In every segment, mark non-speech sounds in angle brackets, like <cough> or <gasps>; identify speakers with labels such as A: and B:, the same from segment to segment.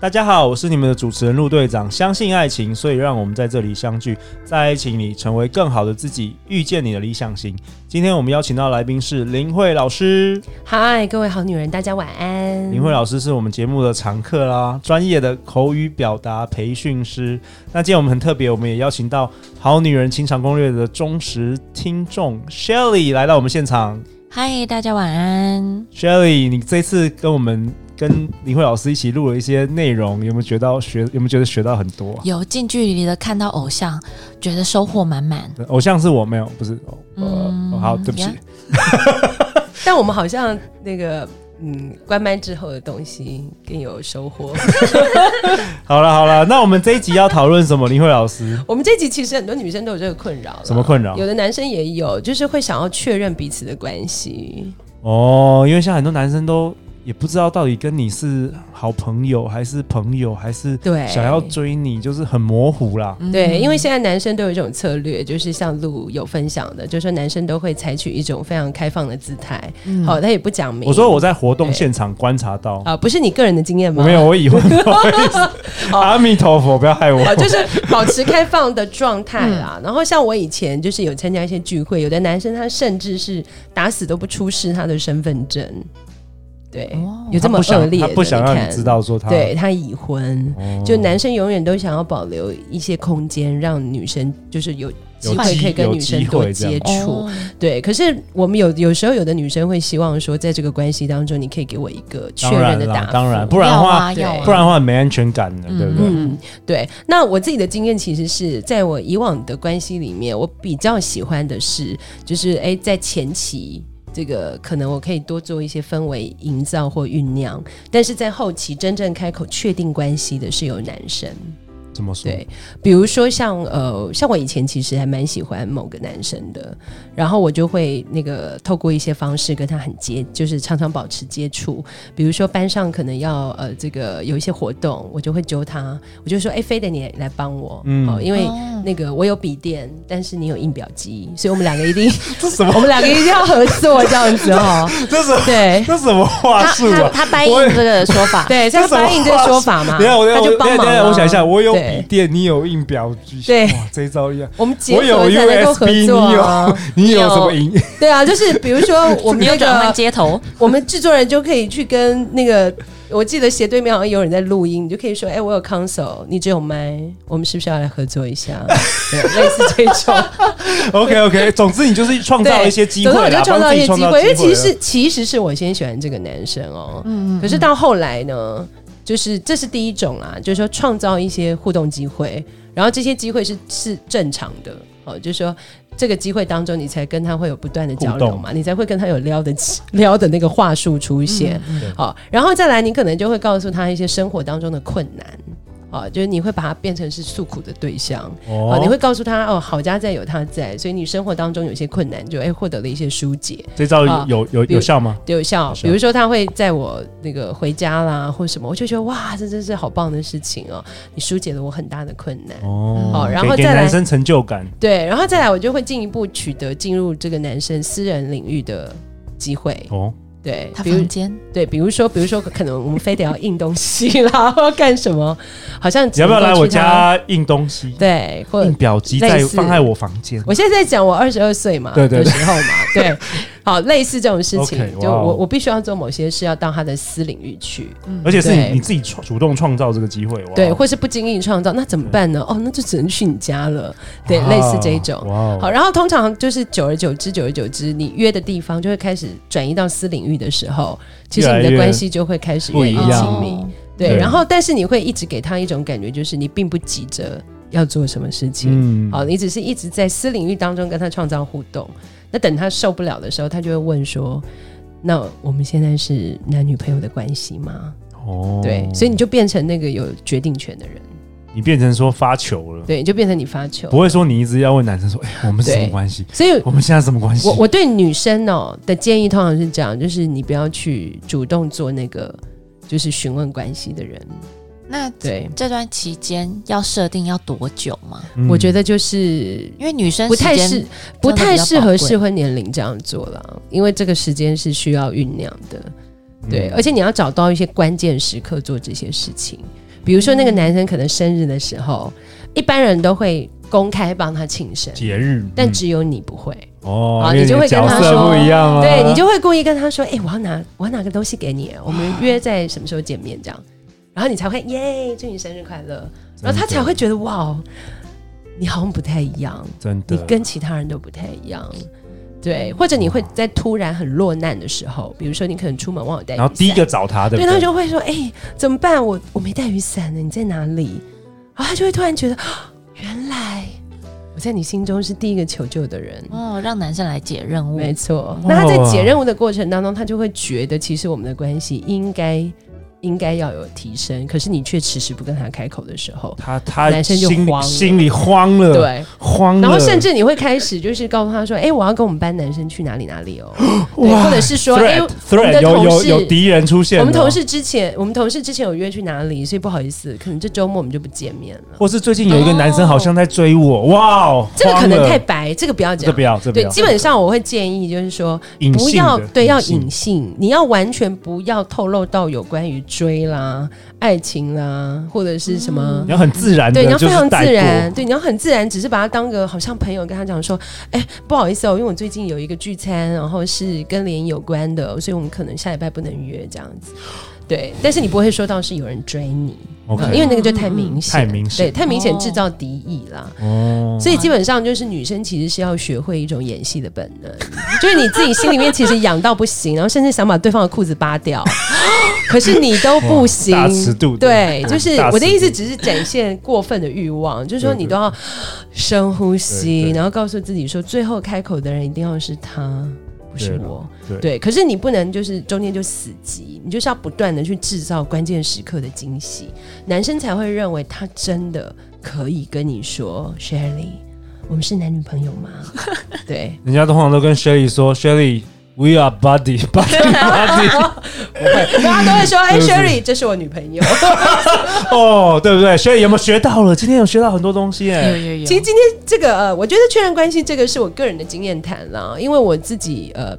A: 大家好，我是你们的主持人陆队长。相信爱情，所以让我们在这里相聚，在爱情里成为更好的自己，遇见你的理想型。今天我们邀请到来宾是林慧老师。
B: 嗨，各位好女人，大家晚
C: 嗯
B: 安。
A: 林慧老师是我们节目的常客啦，专业的口语表达培训师。那今天我们很特别，我们也邀请到《好女人情场攻略》的忠实听众 Shelly 来到我们现场。
C: 嗨，大家晚安。
A: Shelly，你这次跟我们跟林慧老师一起录了一些内容，有没有觉到学？有没有觉得学到很多啊、
C: 有近距离的看到偶像，觉得收获满满。
A: 偶像是我没有，不是。哦呃
C: 嗯
A: 哦好，对不起。
C: 呀
B: 但我们好像那个嗯，关麦之后的东西更有收获。
A: <laughs> 好了好了，那我们这一集要讨论什么？林慧老
C: <laughs>
A: 师，
B: 我们这集其实很多女生都有这个困扰啦，
A: 什么困扰
B: 有的男生也有，就是会想要确认彼此的关系。
A: 哦，因为像很多男生都也不知道到底跟你是好朋友还是朋友，还是
B: 对
A: 想要追你，就是很模糊啦。
C: 嗯
B: 对，因为现在男生都有一种策略，就是像路有分享的，就是说男生都会采取一种非常开放的姿态，好，他也不讲
A: 嗯
B: 明。
A: 我说我在活动现场观察到，
B: 啊、不是你个人的经验
A: 我
B: 吗？
A: 没有，
B: <laughs>
A: 我已婚，不好意思 <laughs> 阿弥陀佛，不要害我。
B: 啊， <laughs> 就是保持开放的状态啦。然后像我以前就是有参加一些聚会，有的男生他甚至是打死都不出示他的身份证，对，
C: 哦
B: 有这么
A: 他不想
B: 恶劣的，
A: 他不想让
B: 看
A: 你知，道说他
B: 对他已婚。
A: 哦
B: 就男生永远都想要保留一些空间，让女生就是有机
A: 有
B: 会
A: 机
B: 可以跟
A: 有
B: 女生
A: 机
B: 多
A: 会这样
B: 接触。
C: 哦
B: 对，可是我们有有时候有的女生会希望说，在这个关系当中，你可以给我一个确
A: 当
B: 认
A: 然
B: 的答
A: 啦
B: 复，
A: 当然，不然的话，
C: 要啊要啊
A: 不然的话很没安全感的，
C: 嗯
A: 对不对？
B: 嗯，对。那我自己的经验其实是在我以往的关系里面，我比较喜欢的是，就是诶，在前期。这个可能我可以多做一些氛围营造或酝酿，但是在后期真正开口确定关系的是有男生，
A: 怎么说？
B: 对，比如说像呃，像我以前其实还蛮喜欢某个男生的，然后我就会那个透过一些方式跟他很接，就是常常保持接触。比如说班上可能要呃这个有一些活动，我就会揪他，我就说哎，非得你来帮我，
A: 嗯
B: 嗯、因为
C: 哦
B: 那个我有笔电，但是你有印表机，所以我们两个一定，
A: 这什
B: <laughs> 我
A: 么？
B: 们两个一定要合作这样
A: <laughs>
B: 子哦，
A: 这什么？
B: 对。
A: 这什么话
C: 他
A: 术
C: 他
A: 啊？
C: 他掰硬
A: 我也
C: 这个
A: <laughs>
C: 说法，
B: 对，像
A: 这什么
B: 答应这个
A: 话
B: 说法
A: <laughs>
B: 嘛，
A: 等一下，我
B: 他
A: 我
B: 就
A: 等
B: 帮
A: 一下
B: 忙、
A: 等一
B: 啊。
A: 下，我想一下，我有
B: 对
A: 笔电，你有印表机，
B: 对
A: 哇，这一招一样。
B: 我们结
A: 我有
B: 合才能够合
A: USB，你
B: 作、啊
A: 有 <laughs> 你有什么影？
B: 对啊，就是比如说我们
C: <laughs> 你
B: 那
C: 又转换
B: 个，
C: 街头，
B: 我们制作人就可以去跟那个，我记得斜对面好像有人在录音，你就可以说，哎、我有 console，你只有麦，我们是不是要来合作一下？对类似这种，
A: OK OK，总之你就是创造
B: 对，
A: 一些机会
B: 总之我
A: 啦，
B: 就创
A: 帮
B: 造
A: 自
B: 一
A: 己
B: 些
A: 创
B: 机
A: 造
B: 会，因为
A: 机会啊
B: 其实其实是我先喜欢这个男生哦，
C: 嗯
B: 可是到后来呢，就是这是第一种啦，就是说创造一些互动机会，然后这些机会是是正常的哦，就是说这个机会当中，你才跟他会有不断的交流
A: 互
B: 嘛，你才会跟他有撩的 <laughs> 撩的那个话术出现，
C: 嗯
A: 对
B: 好、然后再来，你可能就会告诉他一些生活当中的困难。哦，就是你会把他变成是诉苦的对象，哦，你会告诉他哦，好家在有他在，所以你生活当中有些困难就哎获得了一些疏解，
A: 这招有
B: 啊
A: 有有
B: 比如
A: 有效吗？
B: 有效。
A: 是啊
B: 比如说他会在我那个回家啦或什么，我就觉得哇，这真是好棒的事情哦，你疏解了我很大的困难。
A: 哦
B: 哦然后
A: 给给
B: 再来
A: 男生成就感，
B: 对，然后再来我就会进一步取得进入这个男生私人领域的机会。
A: 哦，
B: 对，
C: 他
B: 比如
C: 房间
B: 对，比如说比如说可能我们非得要印东西啦， <laughs> 或要干什么，好像
A: 你要不要
B: 只能
A: 来
B: 够
A: 我
B: 去他？
A: 家印东西？
B: 对，或
A: 印表机在
B: 类似
A: 放在我房间。 <laughs>
B: 我现在在讲我二十二岁嘛，
A: 对对对
B: 的时候
A: <laughs>
B: 嘛，对，好，类似这种事情
A: OK，
B: 就
A: 哇哦
B: 我我必须要做某些事，要到他的私领域去，
A: 而且是
B: 对
A: 你你自己创主动创造这个机会，哇
B: 对，或是不经意创造，那怎么办呢？哦，那就只能去你家了，对，类似这一种。
A: 嗯啊哇哦
B: 好，然后通常就是久而久之，久而久之，你约的地方就会开始转移到私领域的时候，其实
A: 越来
B: 你的
A: 越
B: 关系就会开始
A: 不
B: 越
A: 一
B: 来越
A: 样
C: 哦
A: 嗯
B: 亲密。对，
A: 对
B: 然后但是你会一直给他一种感觉，就是你并不急着要做什么事情，
A: 嗯
B: 好，啊你只是一直在私领域当中跟他创造互动。那等他受不了的时候，他就会问说：“那我们现在是男女朋友的关系吗？”
A: 哦
B: 对，所以你就变成那个有决定权的人，
A: 你变成说发球了，
B: 对，就变成你发球
A: 不。会说你一直要问男生说，哎，我们是什么
B: 对
A: 关系？
B: 所以
A: 我们现在什么关系
B: 我？我对女生哦的建议通常是这样，就是你不要去主动做那个就是询问关系的人。
C: 那
B: 对，
C: 这段期间要设定要多久吗？
A: 嗯
B: 我觉得就是
C: 因为女生
B: 不太
C: 时间
B: 适，不
C: 真的比较
B: 太适
C: 宝
B: 合
C: 贵
B: 适婚年龄这样做了，因为这个时间是需要酝酿的。对，
A: 嗯
B: 而且你要找到一些关键时刻做这些事情，比如说那个男生可能生日的时候，一般人都会公开帮他庆生，
A: 节日，
B: 但
A: 嗯
B: 只有你不会，
A: 哦
B: 啊，
A: 因为
B: 你就
A: 的
B: 会跟
A: 角
B: 他
A: 色
B: 说
A: 不一样啊，
B: 对你就会故意跟他说：“哎、我要拿我要拿个东西给你，啊我们约在什么时候见面这样。”然后你才会耶，祝你生日快
A: <laughs>
B: 乐，然后他才会觉得哇，你好像不太一样，
A: 真的
B: 你跟其他人都不太一样。对，或者你会在突然很落难的时候，比如说你可能出门忘了带雨伞，
A: 然后第一个找他的，
B: 对
A: 不
B: 他就会说：“哎、怎么办？我我没带雨伞呢，你在哪里？”然后他就会突然觉得，啊原来我在你心中是第一个求救的人。
C: 哦，让男生来解任务。
B: 没错
A: 哇，
B: 那他在解任务的过程当中，他就会觉得其实我们的关系应该应该要有提升，可是你却迟迟不跟他开口的时候，
A: 他他
B: 男生就
A: 心里
B: 慌了
A: 心里慌了，，
B: 对，
A: 慌了，
B: 然后甚至你会开始就是告诉他说，哎、我要跟我们班男生去哪里哪里哦，对
A: 哇
B: 或者是说，哎、
A: threat
B: 我们
A: threat
B: 的
A: 有
B: 同
A: 有
B: 事
A: 有敌人出现了，
B: 我们同事之前，我们同事之前有约去哪里，所以不好意思，可能这周末我们就不见面了。
A: 或是最近有一个男生好像在追我，哇哦，
B: 哦这个可
A: 慌
B: 能
A: 了
B: 太白，这个不要
A: 这
B: 讲。
A: 不要，这不
B: 对
A: 要，，
B: 基本上我会建议就是说，
A: 隐
B: 不
A: 性
B: 要
A: 的
B: 对要
A: 性
B: 隐性，你要完全不要透露到有关于追啦、爱情啦，或者是什么。
A: 你要很自然的，
B: 对，你要
A: 嗯就
B: 非
A: 是
B: 常
A: 带
B: 自
A: 过
B: 然，对，你要很自然，只是把它当个好像朋友跟他讲说，哎、不好意思哦，因为我最近有一个聚餐，然后是跟联谊有关的，哦所以我们可能下礼拜不能约这样子。对，但是你不会说到是有人追你，
A: ，OK，
B: 呃因为那个就太明显，
A: 太明显
B: 对，太明显
C: 哦
B: 制造敌意啦。
A: 哦，
B: 所以基本上就是女生其实是要学会一种演戏的本能， <laughs> 就是你自己心里面其实痒到不行，然后甚至想把对方的裤子扒掉， <gasps> 可是你都不行
A: 哇大尺度。的 <laughs>
B: 对，
A: 嗯
B: 就是
A: 大尺度
B: 我的意思，只是展现过分的欲望，就是说你都要深呼
A: 对
B: 吸，
A: 对
B: 然后告诉自己说，最后开口的人一定要是他，不是
A: 对了
B: 我。
A: 对
B: 对，可是你不能就是中间就死机，你就是要不断的去制造关键时刻的惊喜，男生才会认为他真的可以跟你说，Shirley，我们是男女朋友吗？ <laughs> 对，
A: 人家通常都跟 Shelly 说，Shelly，we are buddy
B: <laughs>
A: buddy buddy，
B: 大家都
A: <laughs>
B: 会说，哎、
A: 对
B: s h i
A: 对
B: r l e y 这是我女朋友。
A: 哦，对不对？Shelly 有没有学到了？今天有学到很多东西
C: 有
A: 哎，
C: 有有，
B: 其实今天这个呃，我觉得确认关系这个是我个人的经验谈啦，因为我自己呃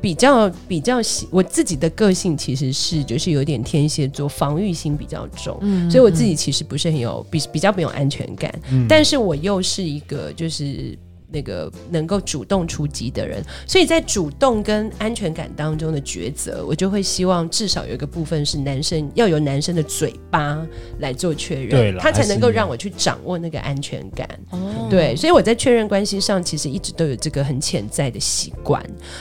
B: 比较比较喜我自己的个性其实是就是有点天蝎座，防御心比较重，
C: 嗯
B: 所以我自己其实不是很有比比较没有安全感，
A: 嗯
B: 但是我又是一个就是。那个能够主动出击的人，所以在主动跟安全感当中的抉择，我就会希望至少有一个部分是男生要由男生的嘴巴来做确
A: 对
B: 认，
A: 啦
B: 他才
A: 还是
B: 能够
A: 一样
B: 让我去掌握那个安全感。
C: 哦
B: 对，所以我在确认关系上，其实一直都有这个很潜在的习惯。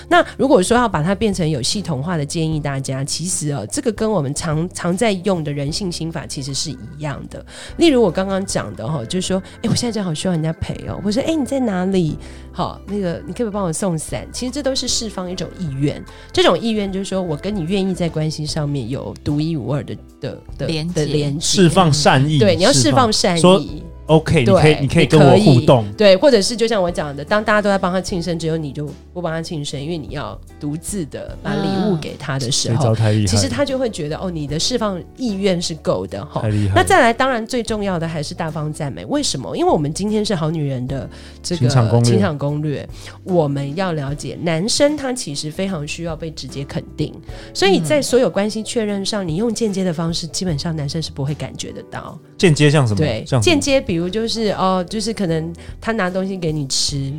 B: 那如果说要把它变成有系统化的建议大家，其实哦，这个跟我们常常在用的人性心法其实是一样的。例如我刚刚讲的哈、哦，就是说，哎，我现在正好需要人家陪哦，或者哎你在哪里？好，那个你可不可以帮我送伞？其实这都是释放一种意愿，这种意愿就是说我跟你愿意在关系上面有独一无二的的的
C: 连
B: 的
C: 接
B: 连接
A: 释放善意，
B: 对，你要释放善
A: 说
B: 意。
A: OK，你
B: 对
A: 可以，你可以
B: 你
A: 跟
B: 可
A: 我
B: 以
A: 互动，
B: 对，或者是就像我讲的，当大家都在帮他庆生，只有你就不帮他庆生，因为你要独自的把礼物给他的时
A: 这
B: 候，
A: 招太厉害了，
B: 哦其实他就会觉得哦，你的释放意愿是够的哈
A: 太。厉害了，
B: 那再来，当然最重要的还是大方赞美。为什么？因为我们今天是好女人的这个
A: 情场攻略
B: 情场攻略，我们要了解男生他其实非常需要被直接肯定，所以在所有关系确认上，你用间接的方式，基本上男生是不会感觉得到。
A: 间接像什么？
B: 对
A: 像，什么
B: 间接比如就是哦，就是可能他拿东西给你吃，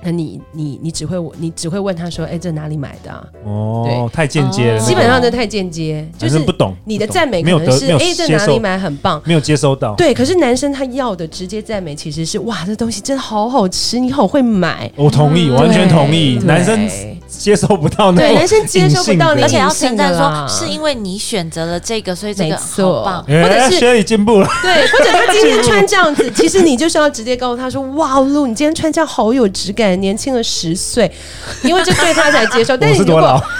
B: 那你你你只会你只会问他说，哎、这哪里买的、啊？
A: 哦，太间接了，
C: 哦
B: 基本上
A: 那
B: 这太间接，
A: 个
B: 就
A: 男
B: 是
A: 生不懂
B: 你的
A: 不懂
B: 赞美
A: 没有
B: 可能
A: 得没
B: 是
A: 有
B: 哎、这
A: 接哦
B: 哪
A: 收
B: 里买很棒。
A: 没有接收到，
B: 对，可是男生他要的直接赞美其实是哇，这东西真的好好吃，你好会买，
A: 我同意，
C: 嗯
A: 完全
B: 对
A: 同意，
B: 对
A: 男生接收不到那
B: 对
A: 种
B: 男生接收不
A: 隐性的
B: 到你，
C: 而且要称
B: 现
C: 赞
B: 在
C: 说是因为你选择了这个，所以这
B: 没
C: 个
B: 错
C: 好棒。
A: 哎，
B: 或者是
A: 学理进步了，
B: 对，或者他今天穿这
A: <laughs>
B: 样子，其实你就是要直接告诉他说：“哇，露，你今天穿这样好有质感，年轻了十岁。”因为这对他才接受。
A: <laughs>
B: 但
A: 我是
B: 是如
A: 多
B: 果
A: 老？
B: <laughs>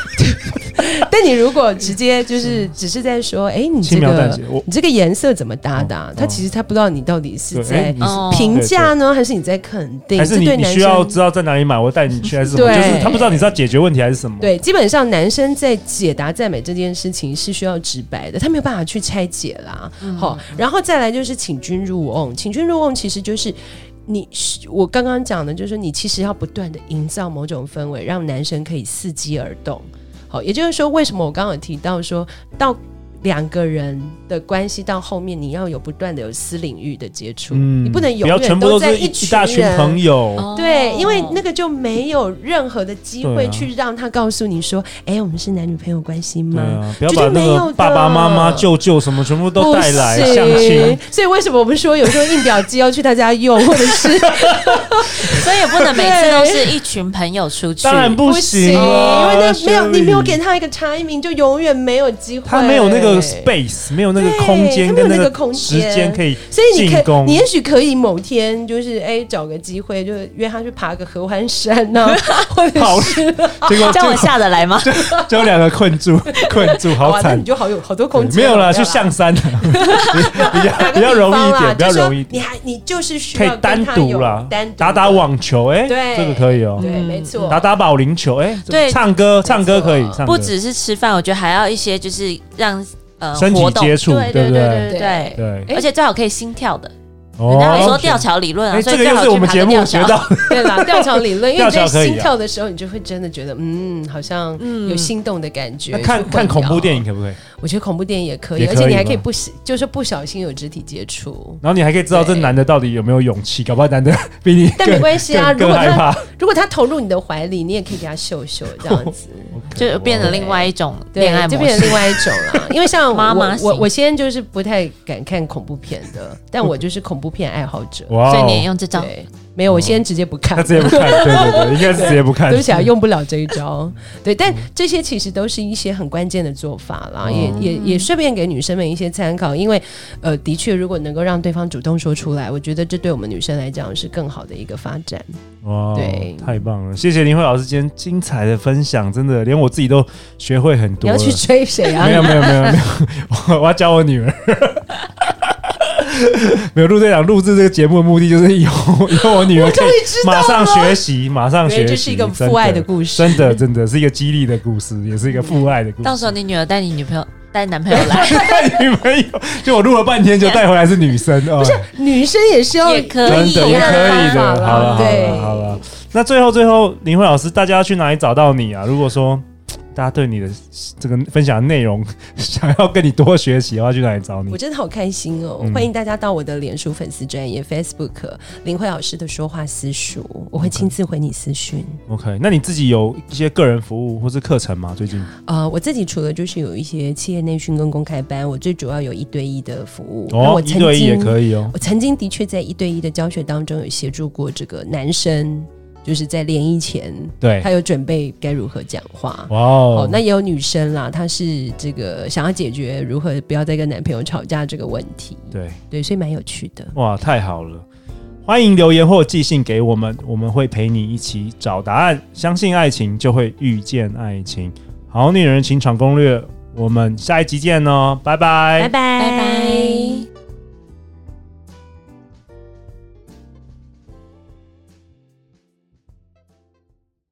B: 但你如果直接就是只是在说，哎，你
A: 轻
B: 这
A: 描淡
B: 个
A: 写，我
B: 你这个颜色怎么搭的啊
A: 哦？
B: 他其实他不知道你到底是
A: 对，哎
B: 在
A: 你是
C: 哦
B: 评价呢，还是你在肯定？
A: 还是
B: 这
A: 你
B: 对
A: 你
B: 男
A: 需要
B: 生
A: 知道在哪里买，我带你去还是什么？
B: 对
A: 就是他不知道你是要解决问题还是什么。
B: 对，基本上男生在解答赞美这件事情是需要直白的，他没有办法去拆解啦。
A: 嗯
B: 好、然后再来就是请君入瓮，请君入瓮其实就是。你是我刚刚讲的，就是你其实要不断的营造某种氛围，让男生可以伺机而动。好，也就是说，为什么我刚刚有提到说，到两个人的关系到后面，你要有不断的有私领域的接触，你不能永
A: 嗯要
B: 远
A: 全部都
B: 在
A: 是一
B: 群
A: 大群
B: 人
A: 朋友。
C: 哦
B: 对，因为那个就没有任何的机
A: 对
B: 会
A: 啊
B: 去让他告诉你说，哎、我们是男女朋友关系
A: 对
B: 吗？
A: 啊，不要
B: 嗯就是
A: 把那
B: 没有
A: 个
B: 的
A: 爸爸妈妈、舅舅什么全部都
B: 不
A: 带来
B: 行
A: 相亲。，
B: 所以为什么我们说有时候印表机要去他家用，或
A: <laughs>
B: 者是
C: 所以也不能每次都是一群朋友出去。
A: 当然不
B: 行，
A: 行
B: 因
A: 啊，
B: 为那没有你没有
A: Sherry
B: 给他一个 timing，就永远没有机会。
A: 他没有那个 space，没有那个
B: 对
A: 空间
B: 他没
A: 跟
B: 有
A: 那
B: 那个空
A: 时
B: 间
A: 间可以
B: 所以你
A: 进
B: 可
A: 攻
B: 你也许可以某天就是哎、找个机会，就是约他去爬个合欢山
A: <laughs>
B: 呐、或者
A: 跑。
B: 是
A: 结
B: 哦
A: 果
C: 这样我下得来吗？
A: 就两个困
B: <laughs>
A: 住，困住，好
B: 哇，哦那
A: 惨
B: 啊你。就好有好多
A: 对
B: 空间。啊
A: 没有啦，
B: 了，
A: 去象山，比
B: <laughs>
A: 较啊比较容易一点，比较容易一
B: 你
A: 点，
B: 还啊你就是需
A: 可以
B: 要
A: 单
B: 跟他有
A: 独啦
B: 单独，
A: 打打。网球，哎，
B: 对
A: 这个可以哦，
B: 对，
C: 嗯
B: 没错，
A: 打打保龄球，哎，这
C: 对
A: 唱歌，唱歌可以，唱歌
C: 不只是吃饭，我觉得还要一些就是让呃
A: 身体
C: 活动
A: 接触
C: 对
A: 对不
C: 对
A: 对
C: 对对对对。
A: 对，
B: 哎
C: 而且最好可以心跳的，人家有说
A: 哦，
C: 吊桥理论啊，
A: 哎，
C: 所以
A: 这个
C: 最
A: 又
C: 好
A: 是我
C: 去
A: 们
C: 爬
A: 节
C: 个吊
A: 目学
C: 桥。
A: 到的，<laughs>
B: 对啦，吊桥理论，因为你在
A: 吊桥可以啊
B: 心跳的时候，你就会真的觉得，嗯，好像有心动的感觉。 <laughs>
A: 那看
B: 去混
A: 看恐怖
B: 淆
A: 电影，可不可以？
B: 我觉得恐怖电影也可以，
A: 也可
B: 而
A: 以
B: 且你还可以
A: 吗
B: 不小，就是不小心有肢体接触。
A: 然后你还可以知道这
B: 对
A: 男的到底有没有勇气，搞不好男的 <laughs> 比你
B: 但没
A: 更
B: 关系啊，
A: 更
B: 如
A: 更
B: 果
A: 害
B: 他
A: 怕，
B: 如果他投入你的怀里，你也可以给他秀秀这样
A: <laughs>
B: 子。
C: 就变成另外一种
B: 对
C: 恋爱，
B: 就
C: 模
B: 变
C: 式
B: 成。另外一种
A: <laughs>
B: 了。因为像我
C: 妈妈型
B: 我我先就是不太敢看恐怖片的，但我就是恐怖片爱好者。
A: 哇
C: 所以
A: 哦
C: 你也用这招，
B: 对，没有，我先直接不看
A: 嗯他。直接不看，对对对，应该是直接不看，
B: <laughs> 对不起啊，用不了这一
A: <laughs>
B: 招。对，
A: 嗯
B: 但这些其实都是一些很关键的做法
A: 哦
B: 啦，也也
A: 嗯
B: 也顺便给女生们一些参考，因为呃，的确，如果能够让对方主动说出来，我觉得这对我们女生来讲是更好的一个发展。
A: 哇，哦
B: 对
A: 太棒了！谢谢林慧老师今天精彩的分享，真的连我自己都学会很
B: 你
A: 多
B: 要
A: 了。
B: 去追谁啊
A: 没？有没有没有没有，我我要教我女儿。 <laughs> 没有陆队长录制这个节目的目的就是以
B: <laughs>
A: 后以后我女儿可以马上学习，马上
B: 因
A: 学
B: 为
A: 习，
B: 这是一个父爱的故事。
A: 真的，真的真的是一个激励的故事，也是一个父爱的故
C: 到
A: 事。
C: 时候你女儿带你女朋友
A: <laughs>
C: 带男朋友来，
A: 带女朋友，就我录了半天，就带回来是女生哦。
B: 女生也是哦要
C: 也可
A: 真
C: 以
A: 的也
C: 啊
A: 可以
B: 好
A: 的，
B: 啦
A: 好了好
B: 对
A: 了好了。那最后最后，林慧老师，大家要去哪里找到你啊？如果说大家对你的这个分享的内容 <laughs> 想要跟你多学习的话，去哪里找你
B: 我？真的好开心哦！
A: 嗯
B: 欢迎大家到我的脸书粉丝专业 Facebook 林慧老师的说话私塾，我
A: 嗯
B: 会亲自回你私讯。
A: OK，那你自己有一些个人服务或是课程吗？最近
B: 呃，我自己除了就是有一些企业内训跟公开班，我最主要有一对一的服务。那我
A: 哦，
B: 曾
A: 一
B: 经
A: 对一也可以哦。
B: 我曾经的确在一对一的教学当中有协助过这个男生，就是在联谊前，
A: 对
B: 他，有准备该如何讲话。
A: 哇
B: 哦
A: 哎哦，，
B: 那也有女生啦，她是这个想要解决如何不要再跟男朋友吵架这个问题，
A: 对，
B: 对，所以蛮有趣的。
A: 哇，太好了！欢迎留言或寄信给我们，我们会陪你一起找答案。相信爱情，就会遇见爱情。好女人情场攻略，我们下一集见哦，拜拜
B: 拜拜
C: 拜拜。